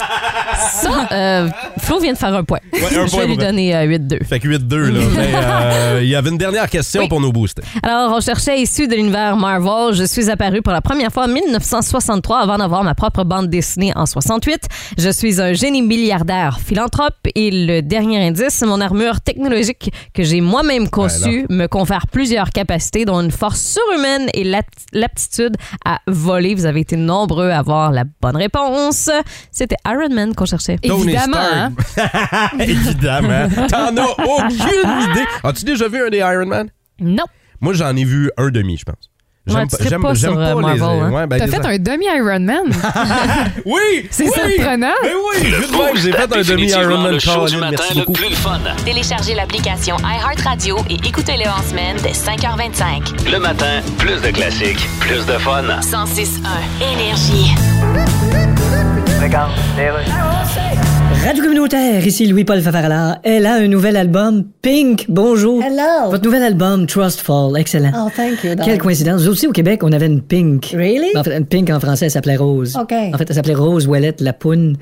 Speaker 7: Ça, euh, Flo vient de faire un point.
Speaker 5: Ouais, un
Speaker 7: je
Speaker 5: point
Speaker 7: vais lui
Speaker 5: pour elle.
Speaker 7: donner euh, 8-2.
Speaker 5: Fait que 8-2, là. Mais euh, il y avait une dernière question pour nous booster.
Speaker 7: Alors, on cherchait issu de l'univers Marvel. Je suis apparue pour la première fois en 1963 avant d'avoir ma propre bande dessinée en 68. Je suis un génie milliardaire philanthrope et le dernier indice, mon armure technologique que j'ai moi-même conçue me confère plusieurs capacités dont une force surhumaine et l'ap- l'aptitude à voler. Vous avez été nombreux à avoir la bonne réponse. C'était Iron Man qu'on cherchait.
Speaker 5: Tony
Speaker 6: Évidemment, hein?
Speaker 5: Stark. Évidemment. T'en as aucune idée. As-tu déjà vu un des Iron Man?
Speaker 7: Non.
Speaker 5: Moi, j'en ai vu un demi, je pense.
Speaker 7: Ouais, tu serais pas sur, euh, Marvel, hein?
Speaker 5: ouais, ben,
Speaker 6: T'as
Speaker 5: les-
Speaker 6: fait un demi-Ironman.
Speaker 5: Oui!
Speaker 6: C'est
Speaker 5: oui,
Speaker 6: surprenant.
Speaker 5: Mais Ben oui!
Speaker 2: Le
Speaker 5: Vite même,
Speaker 2: boost,
Speaker 5: j'ai fait un demi
Speaker 2: définitivement
Speaker 5: Iron Man
Speaker 2: le show du
Speaker 5: Colin,
Speaker 2: matin
Speaker 5: merci
Speaker 2: le
Speaker 5: beaucoup.
Speaker 2: plus le fun.
Speaker 1: Téléchargez l'application iHeartRadio et écoutez-le en semaine dès 5h25.
Speaker 2: Le matin, plus de classiques, plus de fun.
Speaker 1: 106.1 Énergie.
Speaker 14: Radio Communautaire, ici Louis-Paul Favarala. Elle a un nouvel album, Pink. Bonjour.
Speaker 13: Hello.
Speaker 14: Votre nouvel album, Trust Fall, excellent.
Speaker 13: Oh, thank you. darling.
Speaker 14: Quelle coïncidence. Nous aussi, au Québec, on avait une Pink.
Speaker 13: Really?
Speaker 14: Ben, en fait, une Pink en français, elle s'appelait Rose.
Speaker 13: OK.
Speaker 14: En fait, elle s'appelait Rose Ouellette Lapoune.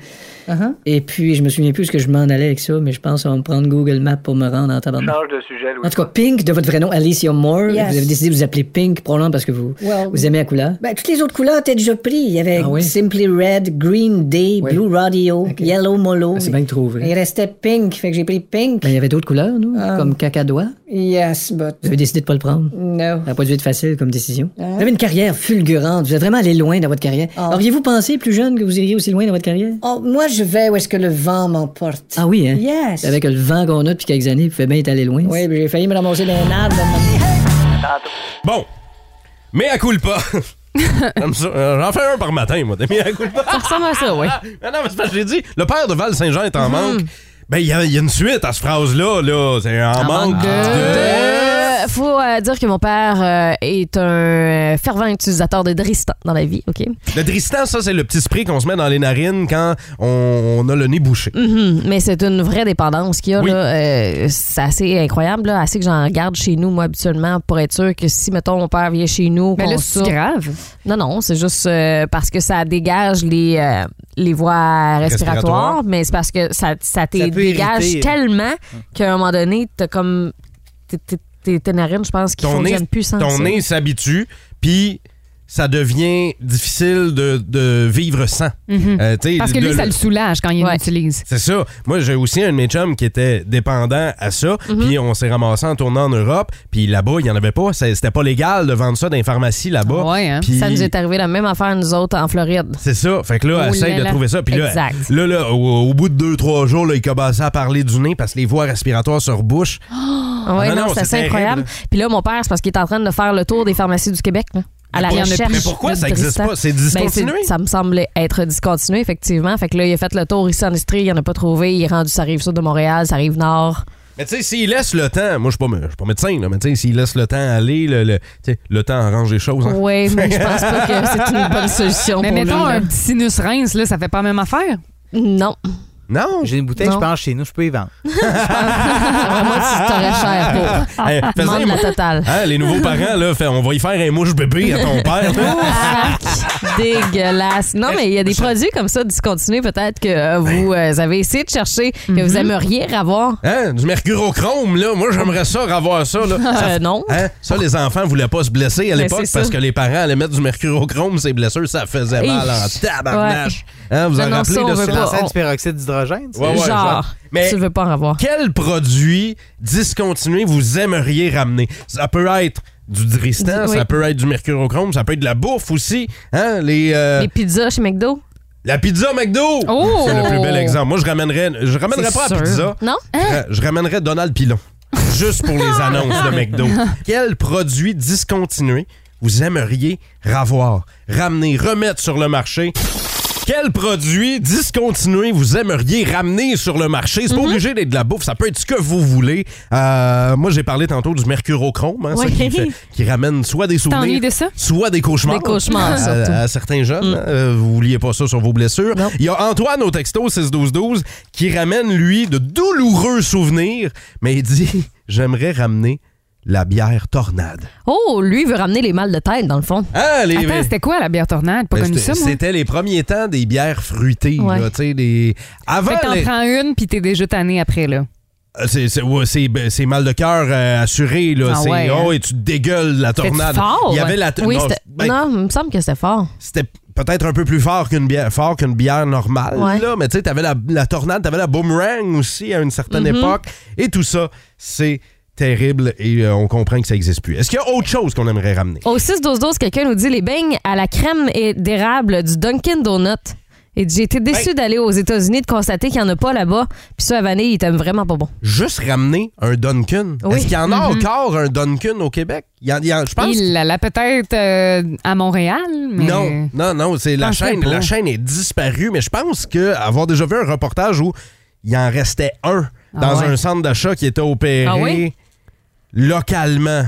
Speaker 13: Uh-huh.
Speaker 14: Et puis, je me souviens plus ce que je m'en allais avec ça, mais je pense qu'on va me prendre Google Maps pour me rendre en tabarnak.
Speaker 15: de sujet,
Speaker 14: En tout cas, Pink, de votre vrai nom, Alicia Moore.
Speaker 13: Yes.
Speaker 14: Vous avez décidé de vous appeler Pink, probablement parce que vous,
Speaker 13: Well-
Speaker 14: vous aimez la couleur.
Speaker 13: Ben, toutes les autres couleurs étaient déjà prises. Il y avait
Speaker 14: Ah oui?
Speaker 13: Simply Red, Green Day, Blue Radio, Yellow Molo.
Speaker 14: trouve.
Speaker 9: Ah, C'est bien que trouvé.
Speaker 14: Il restait pink, fait que j'ai pris pink.
Speaker 9: Ben, il y avait d'autres couleurs, nous,
Speaker 14: Ah.
Speaker 9: comme cacadois.
Speaker 14: Yes, but
Speaker 9: Vous avez décidé de pas le prendre.
Speaker 14: no.
Speaker 9: Ça n'a pas dû être facile comme décision.
Speaker 14: Ah.
Speaker 9: Vous avez une carrière fulgurante. Vous êtes vraiment allé loin dans votre carrière. Auriez-vous pensé, plus jeune, que vous iriez aussi loin dans votre carrière?
Speaker 14: Oh, moi, je vais où est-ce que le vent m'emporte.
Speaker 9: Ah oui, hein?
Speaker 14: Yes.
Speaker 9: Avec le vent qu'on a depuis quelques années, vous pouvez bien être allé loin.
Speaker 14: Oui, mais j'ai failli me ramasser dans un arbre.
Speaker 5: Bon. Mais à coule pas. Comme ça, euh, J'en fais un par matin, moi. Mais à coule pas.
Speaker 7: Ça ressemble à ça, oui.
Speaker 5: Ah, Non, non, mais c'est parce que j'ai dit, le père de Val Saint-Jean
Speaker 6: Mhm.
Speaker 5: est en manque. Ben, il y, a il y a une suite à cette phrase-là. Là. C'est en, manque, de.
Speaker 7: Euh, faut euh, dire que mon père euh, est un euh, fervent utilisateur de Dristan dans la vie, OK?
Speaker 5: Le Dristan, ça, c'est le petit spray qu'on se met dans les narines quand on, on a le nez bouché.
Speaker 6: Hum,
Speaker 7: Mhm. Mais c'est une vraie dépendance qu'il y a. là. Euh, c'est assez incroyable. Là. Assez que j'en garde chez nous, moi, habituellement, pour être sûr que si, mettons, mon père vient chez nous.
Speaker 6: Mais
Speaker 7: qu'on
Speaker 6: Ben là, c'est
Speaker 7: soupe-
Speaker 6: grave.
Speaker 7: Non, non, c'est juste euh, parce que ça dégage les, euh, les voies respiratoires,
Speaker 6: Respiratoires.
Speaker 7: mais c'est parce que ça, ça te
Speaker 6: Ça peut
Speaker 7: dégage
Speaker 6: irriter. hein.
Speaker 7: tellement qu'à un moment donné, t'as comme. t'es- t'es- Tes tes narines, je pense, qui
Speaker 5: Ton nez,
Speaker 7: fonctionnent plus sans
Speaker 5: ton
Speaker 7: ça.
Speaker 5: nez s'habitue, puis ça devient difficile de, de vivre sans.
Speaker 6: Mhm.
Speaker 5: Euh, tu sais,
Speaker 6: Parce que
Speaker 5: de-
Speaker 6: lui, ça le soulage quand il l'utilise.
Speaker 5: C'est ça. Moi, j'ai aussi un de mes chums qui était dépendant à ça.
Speaker 6: Mhm.
Speaker 5: Puis on s'est ramassé en tournant en Europe. Puis là-bas, il n'y en avait pas. C'est- C'était pas légal de vendre ça dans les pharmacies là-bas.
Speaker 6: hein.
Speaker 5: Puis-
Speaker 7: Ça nous est arrivé la même affaire, nous autres, en Floride.
Speaker 5: c'est ça. Fait que là,
Speaker 7: Oh
Speaker 5: essaye
Speaker 7: là
Speaker 5: de
Speaker 7: là.
Speaker 5: trouver ça. Puis là,
Speaker 7: Exact.
Speaker 5: là, là, au, au bout de deux, trois jours, là, il commençait à parler du nez parce que les voies respiratoires se rebouchent.
Speaker 7: Ah ouais,
Speaker 5: Ah non,
Speaker 7: non,
Speaker 5: non,
Speaker 7: c'est
Speaker 5: c'est
Speaker 7: assez incroyable. Puis là, mon père, c'est parce qu'il est en train de faire le tour des pharmacies du Québec, là, à la
Speaker 5: Mais pourquoi-
Speaker 7: recherche.
Speaker 5: mais pourquoi
Speaker 7: de
Speaker 5: ça existe
Speaker 7: Tristan.
Speaker 5: pas? C'est
Speaker 7: Ben,
Speaker 5: discontinué?
Speaker 7: c'est- ça me semblait être discontinué, effectivement. Fait que là, il a fait le tour ici en Estrie, il n'en a pas trouvé. Il est rendu, ça arrive sud de Montréal, ça arrive nord.
Speaker 5: Mais tu sais, s'il laisse le temps, moi je suis pas, je suis pas médecin, là, mais tu sais, s'il laisse le temps aller, le, le, tu sais, le temps arrange les choses. hein.
Speaker 7: Oui, mais je pense pas que c'est une bonne solution.
Speaker 6: Mais
Speaker 7: pour
Speaker 6: mettons
Speaker 7: lui, là.
Speaker 6: un petit sinus rince, là, ça fait pas la même affaire?
Speaker 7: Non.
Speaker 5: Non.
Speaker 11: J'ai une bouteille,
Speaker 6: Non.
Speaker 11: je pense, chez nous, je peux y vendre.
Speaker 7: Vraiment, Ah, si t'aurais cher pour.
Speaker 5: Hey, fais-en
Speaker 7: Demande
Speaker 5: un
Speaker 7: la
Speaker 5: mou-
Speaker 7: totale.
Speaker 5: Hein, les nouveaux parents, là, fait, on va y faire un mouche bébé à ton père. là.
Speaker 7: Arc, dégueulasse. Non, mais il y a des produits comme ça discontinués, peut-être que euh, vous
Speaker 5: Ben.
Speaker 7: euh, avez essayé de chercher, que
Speaker 6: Mm-hmm.
Speaker 7: vous aimeriez avoir.
Speaker 5: Hein, du mercurochrome, là. Moi, j'aimerais ça, avoir ça, là. Ça-
Speaker 7: Euh, non.
Speaker 5: Hein, ça, les enfants voulaient pas se blesser à
Speaker 7: Ben,
Speaker 5: l'époque
Speaker 7: c'est ça.
Speaker 5: parce que les parents allaient mettre du mercurochrome, ces blessures, ça faisait
Speaker 7: Hey.
Speaker 5: mal en tabarnache. Hein, vous
Speaker 7: Non,
Speaker 5: en
Speaker 7: non,
Speaker 5: rappelez
Speaker 7: ça, on
Speaker 5: de
Speaker 7: veut
Speaker 5: ça?
Speaker 7: pas.
Speaker 11: L'ancêtre du peroxyde d'hydrogène.
Speaker 5: Ouais, ouais,
Speaker 7: genre,
Speaker 5: genre. Mais-
Speaker 7: tu veux pas en avoir.
Speaker 5: Quel produit discontinué vous aimeriez ramener? Ça peut être du Dristan,
Speaker 7: Du- oui.
Speaker 5: ça peut être du mercurochrome, ça peut être de la bouffe aussi. Hein, les, euh,
Speaker 7: Les pizzas chez McDo?
Speaker 5: La pizza McDo!
Speaker 7: Oh!
Speaker 5: C'est le plus bel exemple. Moi, je ramènerais, je ramènerais
Speaker 7: C'est
Speaker 5: pas
Speaker 7: sûr.
Speaker 5: la pizza.
Speaker 7: Non?
Speaker 5: Ra- Je ramènerais Donald Pilon. Juste pour les annonces de McDo. Quel produit discontinué vous aimeriez ravoir, ramener, remettre sur le marché? Quel produit discontinué vous aimeriez ramener sur le marché? C'est pas
Speaker 6: Mm-hmm.
Speaker 5: obligé d'être de la bouffe, ça peut être ce que vous voulez. Euh, moi, j'ai parlé tantôt du mercurochrome, hein, ça,
Speaker 6: Oui.
Speaker 5: qui, fait- qui ramène soit des souvenirs,
Speaker 6: T'ennuies de ça?
Speaker 5: soit des cauchemars.
Speaker 6: Des cauchemars,
Speaker 5: à-
Speaker 6: surtout. Mm.
Speaker 5: à- à certains jeunes. hein. Euh, vous n'oubliez pas ça sur vos blessures. Il y a Antoine au texto 6-12-12 qui ramène, lui, de douloureux souvenirs, mais il dit J'aimerais ramener la bière tornade.
Speaker 7: Oh, lui veut ramener les mal de tête, dans le fond.
Speaker 5: Ah, les-
Speaker 6: Attends, c'était quoi la bière tornade? Pas
Speaker 5: Ben,
Speaker 6: connu ça,
Speaker 5: c'était
Speaker 6: moi.
Speaker 5: c'était les premiers temps des bières fruitées.
Speaker 6: Ouais.
Speaker 5: là, tu sais, des... Avant,
Speaker 6: Fait que t'en
Speaker 5: les-
Speaker 6: prends une, puis t'es déjà tanné après, là.
Speaker 5: Euh, c'est- c'est ouais, c'est- ben, c'est mal de cœur euh, assuré. Là.
Speaker 6: Ah
Speaker 5: C'est,
Speaker 6: ouais, hein.
Speaker 5: oh, et tu te dégueules la
Speaker 7: C'était
Speaker 5: tornade.
Speaker 7: fort.
Speaker 5: Il y avait la t-
Speaker 7: oui,
Speaker 5: non,
Speaker 7: c'était-
Speaker 5: ben,
Speaker 7: non, il me semble que c'était fort.
Speaker 5: c'était peut-être un peu plus fort qu'une bière, fort qu'une bière normale,
Speaker 7: Ouais.
Speaker 5: là, mais tu sais, t'avais la, la tornade, t'avais la boomerang aussi à une certaine
Speaker 7: Mhm.
Speaker 5: époque, et tout ça, c'est terrible et euh, on comprend que ça n'existe plus. Est-ce qu'il y a autre chose qu'on aimerait ramener?
Speaker 7: Au 6-12-12, quelqu'un nous dit les beignes à la crème et d'érable du Dunkin' Donut. Et j'ai été déçu
Speaker 5: Ben-
Speaker 7: d'aller aux États-Unis de constater qu'il n'y en a pas là-bas. Puis ça, à vanille, il était vraiment pas bon.
Speaker 5: Juste ramener un Duncan.
Speaker 7: Oui.
Speaker 5: Est-ce qu'il y en a
Speaker 7: Mhm.
Speaker 5: encore un Duncan au Québec? Il y en- il y en- je pense.
Speaker 6: Il l'a peut-être euh, à Montréal, mais.
Speaker 5: Non, non, non, c'est la
Speaker 6: Penserais
Speaker 5: chaîne,
Speaker 6: pas.
Speaker 5: la chaîne est disparue, mais je pense que avoir déjà vu un reportage où il en restait un
Speaker 6: Ah
Speaker 5: dans
Speaker 6: ouais.
Speaker 5: un centre d'achat qui était opéré
Speaker 7: Ah oui?
Speaker 5: localement.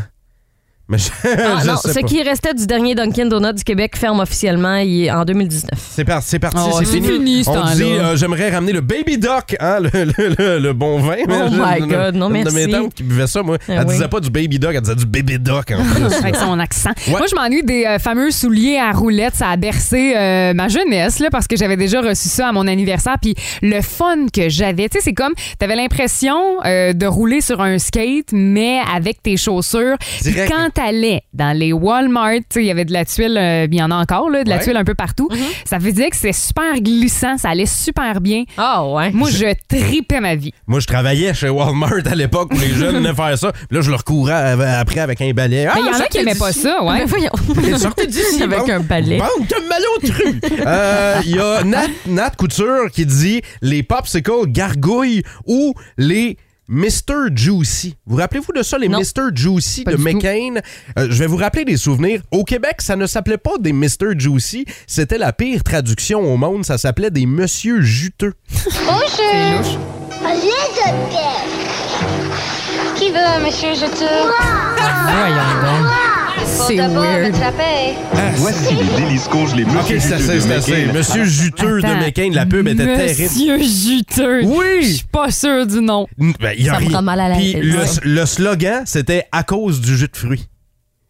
Speaker 5: Mais je,
Speaker 7: Ah,
Speaker 5: Euh, je
Speaker 7: non,
Speaker 5: sais
Speaker 7: ce
Speaker 5: pas.
Speaker 7: qui restait du dernier Dunkin' Donut du Québec ferme officiellement il- en 2019.
Speaker 5: C'est par- c'est parti,
Speaker 7: Ah ouais,
Speaker 5: c'est
Speaker 7: c'est
Speaker 5: fini.
Speaker 7: fini, ce
Speaker 5: On
Speaker 7: temps-là.
Speaker 5: dit, euh, j'aimerais ramener le Baby Doc, hein, le, le- le- le bon vin.
Speaker 7: Oh my
Speaker 5: Une-
Speaker 7: God, non,
Speaker 5: une de
Speaker 7: merci.
Speaker 5: mes tantes qui buvait ça, moi.
Speaker 7: Eh
Speaker 5: elle
Speaker 7: oui.
Speaker 5: disait pas du Baby Doc, elle disait du Baby Doc. En plus, là.
Speaker 6: Avec son accent.
Speaker 5: Ouais.
Speaker 6: Moi, je m'ennuie des euh, fameux souliers à roulettes. Ça a bercé euh, ma jeunesse, là, parce que j'avais déjà reçu ça à mon anniversaire. Puis le fun que j'avais, tu sais, c'est comme, t'avais l'impression euh, de rouler sur un skate, mais avec tes chaussures. Puis
Speaker 5: Direct.
Speaker 6: quand t'allais dans les Walmart, tu sais, il y avait de la tuile, euh, il y en a encore, là, de la
Speaker 7: Ouais.
Speaker 6: tuile un peu partout. Ça faisait que c'était super glissant, ça allait super bien.
Speaker 7: Ah ouais.
Speaker 6: Moi, je tripais ma vie.
Speaker 5: Moi, je travaillais chez Walmart à l'époque où les jeunes venaient faire ça. Puis là, je leur courais av- après avec un balai. Ah,
Speaker 6: Mais il y en a
Speaker 5: sortez
Speaker 6: qui aimaient
Speaker 5: d'ici.
Speaker 6: pas ça, ouais.
Speaker 7: Mais voyons.
Speaker 5: Sortez d'ici,
Speaker 7: Avec
Speaker 5: bande-
Speaker 7: un balai.
Speaker 5: bande de malotru. Euh, Il y a Nat, Nat Couture qui dit les popsicles gargouilles ou les Mr. Juicy. Vous rappelez-vous de ça, les Mr. Juicy de McCain? Euh, je vais vous rappeler des souvenirs. Au Québec, ça ne s'appelait pas des Mr. Juicy. C'était la pire traduction au monde. Ça s'appelait des Monsieur Juteux.
Speaker 13: Bonjour. Viens, Docteur. Qui veut un monsieur je
Speaker 7: C'est weird.
Speaker 5: Voici le délice les
Speaker 2: Ah,
Speaker 5: Monsieur c'est assez, c'est assez. Monsieur Juteux
Speaker 6: Attends.
Speaker 5: de McCain, la pub était terrible.
Speaker 6: Monsieur Juteux.
Speaker 5: Oui.
Speaker 6: Je suis pas sûre du nom.
Speaker 5: Ben, il y a
Speaker 6: Ça me
Speaker 5: rien.
Speaker 6: rend mal à la
Speaker 5: Puis
Speaker 6: tête,
Speaker 5: Le,
Speaker 6: ouais.
Speaker 5: le slogan, c'était à cause du jus de fruits.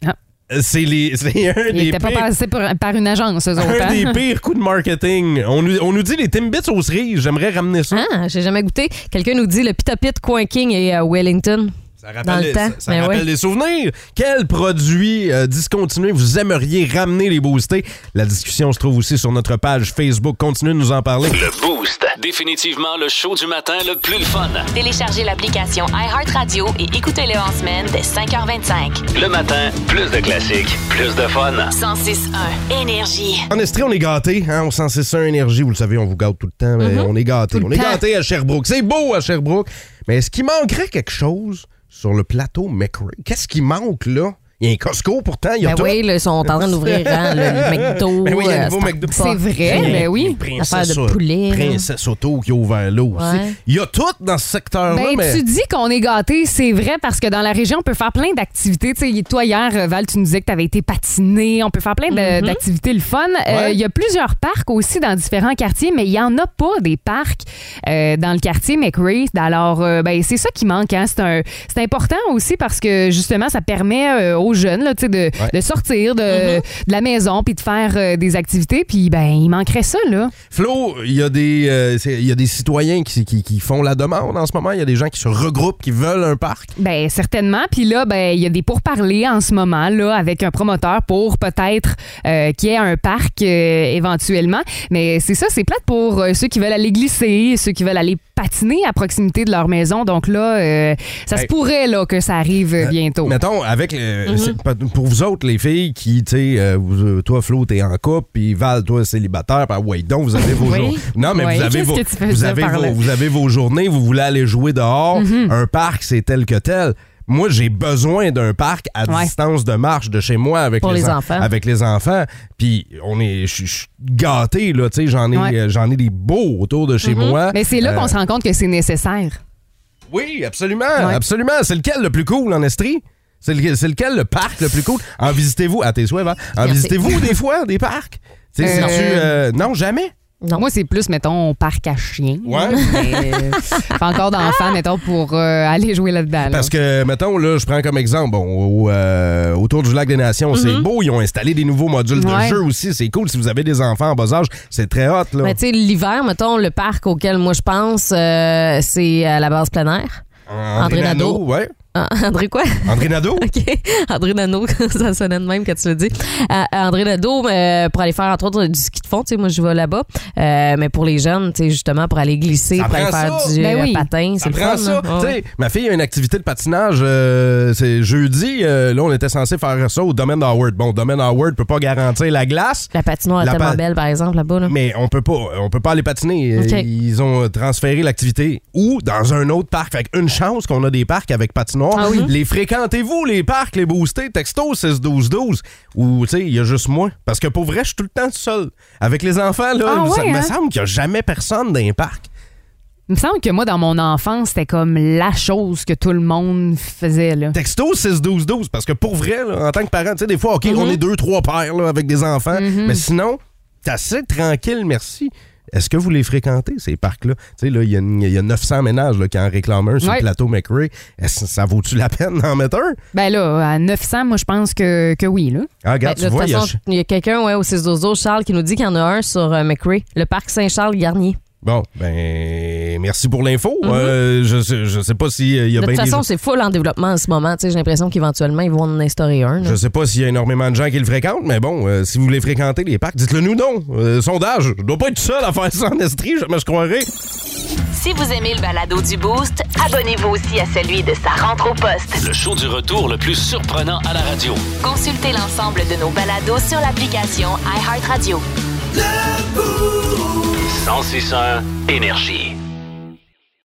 Speaker 5: Euh, C'est les, c'est un
Speaker 6: Ah. Il
Speaker 5: des
Speaker 6: était pas
Speaker 5: pires-
Speaker 6: passé par, par une agence, eux autres.
Speaker 5: un
Speaker 6: hein?
Speaker 5: des pires coups de marketing. On nous, on nous dit les Timbits aux cerises. J'aimerais ramener ça.
Speaker 7: Ah, j'ai jamais goûté. Quelqu'un nous dit le Pita Pit, Coin King et euh, Wellington.
Speaker 5: Ça rappelle,
Speaker 7: Dans le
Speaker 5: les-
Speaker 7: temps.
Speaker 5: ça- ça
Speaker 7: Ben
Speaker 5: rappelle
Speaker 7: ouais.
Speaker 5: des souvenirs. Quel produit euh, discontinué vous aimeriez ramener les boostés? La discussion se trouve aussi sur notre page Facebook. Continuez de nous en parler.
Speaker 2: Le Boost. Définitivement le show du matin le plus le fun.
Speaker 1: Téléchargez l'application iHeartRadio et écoutez-le en semaine dès 5h25.
Speaker 2: Le matin, plus de classiques, plus de fun.
Speaker 1: 106.1 Énergie.
Speaker 5: En Estrie, on est gâtés. Hein? On sent c'est ça, énergie. Vous le savez, on vous gâte tout le temps. Mais
Speaker 7: Mhm.
Speaker 5: On est gâtés. On est
Speaker 2: temps.
Speaker 5: gâtés à Sherbrooke. C'est beau à Sherbrooke. Mais est-ce qu'il manquerait quelque chose sur le plateau McRae? Qu'est-ce qui manque là? Il y a un Costco pourtant. Il y a
Speaker 7: Ben
Speaker 5: tout.
Speaker 7: oui, là, ils sont en train d'ouvrir, hein, le McDo,
Speaker 5: Ben oui, il y a
Speaker 7: euh,
Speaker 5: le nouveau
Speaker 7: Starbucks.
Speaker 5: McDo.
Speaker 7: C'est vrai,
Speaker 5: Il y a
Speaker 7: ben oui.
Speaker 5: une princesse
Speaker 7: Affaire de
Speaker 5: Auto-
Speaker 7: poulet, là.
Speaker 5: Princesse Auto qui a ouvert là aussi.
Speaker 6: Ouais.
Speaker 5: Il y a tout dans ce secteur-là.
Speaker 6: Ben,
Speaker 5: mais...
Speaker 6: tu dis qu'on est gâté, c'est vrai, parce que dans la région, on peut faire plein d'activités. Tu sais, toi, hier, euh, Val, tu nous disais que tu avais été patiné. On peut faire plein de- d'activités le fun. Euh, Il
Speaker 7: Ouais.
Speaker 6: y a plusieurs parcs aussi dans différents quartiers, mais il n'y en a pas des parcs euh, dans le quartier McRae. Alors, euh, ben, c'est ça qui manque. hein. C'est un- c'est important aussi parce que, justement, ça permet euh, aux jeunes là, tu sais, de, de sortir de, de la maison puis de faire euh, des activités. Puis, ben, il manquerait ça, là.
Speaker 5: Flo, il y, a des, euh, c'est- il y a des citoyens qui, qui- qui font la demande en ce moment. Il y a des gens qui se regroupent, qui veulent un parc.
Speaker 6: Ben certainement. Puis là, ben il y a des pourparlers en ce moment là avec un promoteur pour peut-être euh, qu'il y ait un parc euh, éventuellement. Mais c'est ça, c'est plate pour euh, ceux qui veulent aller glisser, ceux qui veulent aller patiner à proximité de leur maison. Donc là, euh, ça se
Speaker 5: Hey.
Speaker 6: pourrait là que ça arrive euh, bientôt.
Speaker 5: Mettons, avec le-
Speaker 6: Mhm.
Speaker 5: c'est pas- pour vous autres, les filles qui, tu sais, euh, vous- euh, toi, Flo, t'es en couple, puis Val, toi, célibataire, puis ouais, donc, vous avez vos
Speaker 6: Oui.
Speaker 5: journées. Non, mais
Speaker 6: Oui.
Speaker 5: vous, avez
Speaker 6: Qu'est-ce
Speaker 5: vos,
Speaker 6: que tu fais
Speaker 5: vous,
Speaker 6: dire
Speaker 5: avez
Speaker 6: par là?
Speaker 5: vos, vous avez vos journées, vous voulez aller jouer dehors.
Speaker 6: Mhm.
Speaker 5: Un parc, c'est tel que tel. Moi, j'ai besoin d'un parc à
Speaker 6: Ouais.
Speaker 5: distance de marche de chez moi avec
Speaker 6: Pour les
Speaker 5: en-
Speaker 6: enfants.
Speaker 5: Avec les enfants. Puis, on est, je je suis gâté, là, tu sais, j'en ai,
Speaker 6: Ouais.
Speaker 5: euh, j'en ai des beaux autour de chez
Speaker 6: Mhm.
Speaker 5: moi.
Speaker 6: Mais c'est là
Speaker 5: Euh,
Speaker 6: qu'on se rend compte que c'est nécessaire.
Speaker 5: oui, absolument, absolument. C'est lequel le plus cool en Estrie? C'est le- c'est lequel le parc le plus cool? En visitez-vous, à tes souhaits, hein? En
Speaker 6: Merci.
Speaker 5: visitez-vous des fois, des parcs? Tu sais,
Speaker 6: Euh,
Speaker 5: c'est-tu, euh, non, jamais.
Speaker 6: Moi, c'est plus, mettons, parc à chien.
Speaker 5: Ouais.
Speaker 6: Mais, euh, pas encore d'enfants, mettons, pour euh, aller jouer là-dedans. là.
Speaker 5: Parce que, mettons, là, je prends comme exemple, bon, au, euh, autour du lac des Nations, c'est
Speaker 7: Mhm.
Speaker 5: beau, ils ont installé des nouveaux modules
Speaker 7: Ouais.
Speaker 5: de jeu aussi, c'est cool. Si vous avez des enfants en bas âge, c'est très hot, là.
Speaker 7: Ben, tu sais, l'hiver, mettons, le parc auquel moi je pense, euh, c'est à la base plein air. André Nadeau.
Speaker 5: ouais.
Speaker 7: Ah, André quoi?
Speaker 5: André Nadeau?
Speaker 7: OK. André Nadeau, ça sonnait de même quand tu le dis. À- à André Nadeau, euh, pour aller faire, entre autres, du ski de fond, tu sais, moi, je vais là-bas. Euh, mais pour les jeunes, tu sais, justement, pour aller glisser, pour aller
Speaker 5: prend
Speaker 7: faire
Speaker 5: ça.
Speaker 7: du
Speaker 5: Ben
Speaker 7: euh,
Speaker 5: oui.
Speaker 7: patin, c'est
Speaker 5: Ça
Speaker 7: le
Speaker 5: prend
Speaker 7: fun.
Speaker 5: ça.
Speaker 7: hein. Ouais,
Speaker 5: Tu
Speaker 7: ouais.
Speaker 5: sais, ma fille a une activité de patinage. euh, c'est jeudi. euh, là, on était censé faire ça au domaine d'Howard. Bon, domaine d'Howard peut pas garantir la glace.
Speaker 7: La patinoire est
Speaker 5: La
Speaker 7: tellement
Speaker 5: pa-
Speaker 7: belle, par exemple, là-bas. là.
Speaker 5: Mais on peut pas, on peut pas aller patiner. Euh,
Speaker 7: Ok.
Speaker 5: Ils ont transféré l'activité ou dans un autre parc. Fait une chance qu'on a des parcs avec patinoire.
Speaker 7: Ah oui.
Speaker 5: Les fréquentez-vous, les parcs, les boostés, texto 6-12-12. Ou, tu sais, il y a juste moi. Parce que pour vrai, je suis tout le temps seul. Avec les enfants, là,
Speaker 6: Ah
Speaker 5: ça
Speaker 6: ouais,
Speaker 5: me
Speaker 6: hein?
Speaker 5: semble qu'il y a jamais personne dans les parcs.
Speaker 6: Il me semble que moi, dans mon enfance, c'était comme la chose que tout le monde faisait. Là.
Speaker 5: Texto 6-12-12, parce que pour vrai, là, en tant que parent, tu sais, des fois, OK,
Speaker 7: Mm-hmm.
Speaker 5: on est deux, trois pères là, avec des enfants, mais sinon, t'es assez tranquille, merci. Est-ce que vous les fréquentez, ces parcs-là? Tu sais, là, il y, a une- il y a 900 ménages là, qui en réclament un sur
Speaker 6: Ouais.
Speaker 5: le plateau McRae. Est-ce que ça vaut-tu la peine d'en mettre un?
Speaker 6: Ben là, à 900, moi, je pense que, que oui. Là.
Speaker 5: Ah, regarde,
Speaker 7: Ben, de
Speaker 5: tu vois,
Speaker 7: toute
Speaker 5: il y a-
Speaker 7: façon, il y a, quelqu'un ouais, au 6 Charles, qui nous dit qu'il y en a un sur euh, McRae, le parc Saint-Charles-Garnier.
Speaker 5: Bon, ben, merci pour l'info. Euh, je, sais- je sais pas s'il y
Speaker 7: Mm-hmm.
Speaker 5: a
Speaker 7: De
Speaker 5: bien
Speaker 7: toute
Speaker 5: des gens-
Speaker 7: façon, c'est full en développement en ce moment. Tu sais, J'ai l'impression qu'éventuellement, ils vont en instaurer un. là.
Speaker 5: Je sais pas s'il y a énormément de gens qui le fréquentent, mais bon, euh, si vous voulez fréquenter les parcs, dites-le nous non. Euh, sondage, je dois pas être seul à faire ça en Estrie, jamais je croirais.
Speaker 1: Si vous aimez le balado du Boost, abonnez-vous aussi à celui de sa rentre au poste.
Speaker 2: Le show du retour le plus surprenant à la radio.
Speaker 1: Consultez l'ensemble de nos balados sur l'application iHeartRadio.
Speaker 2: 106.1 Énergie.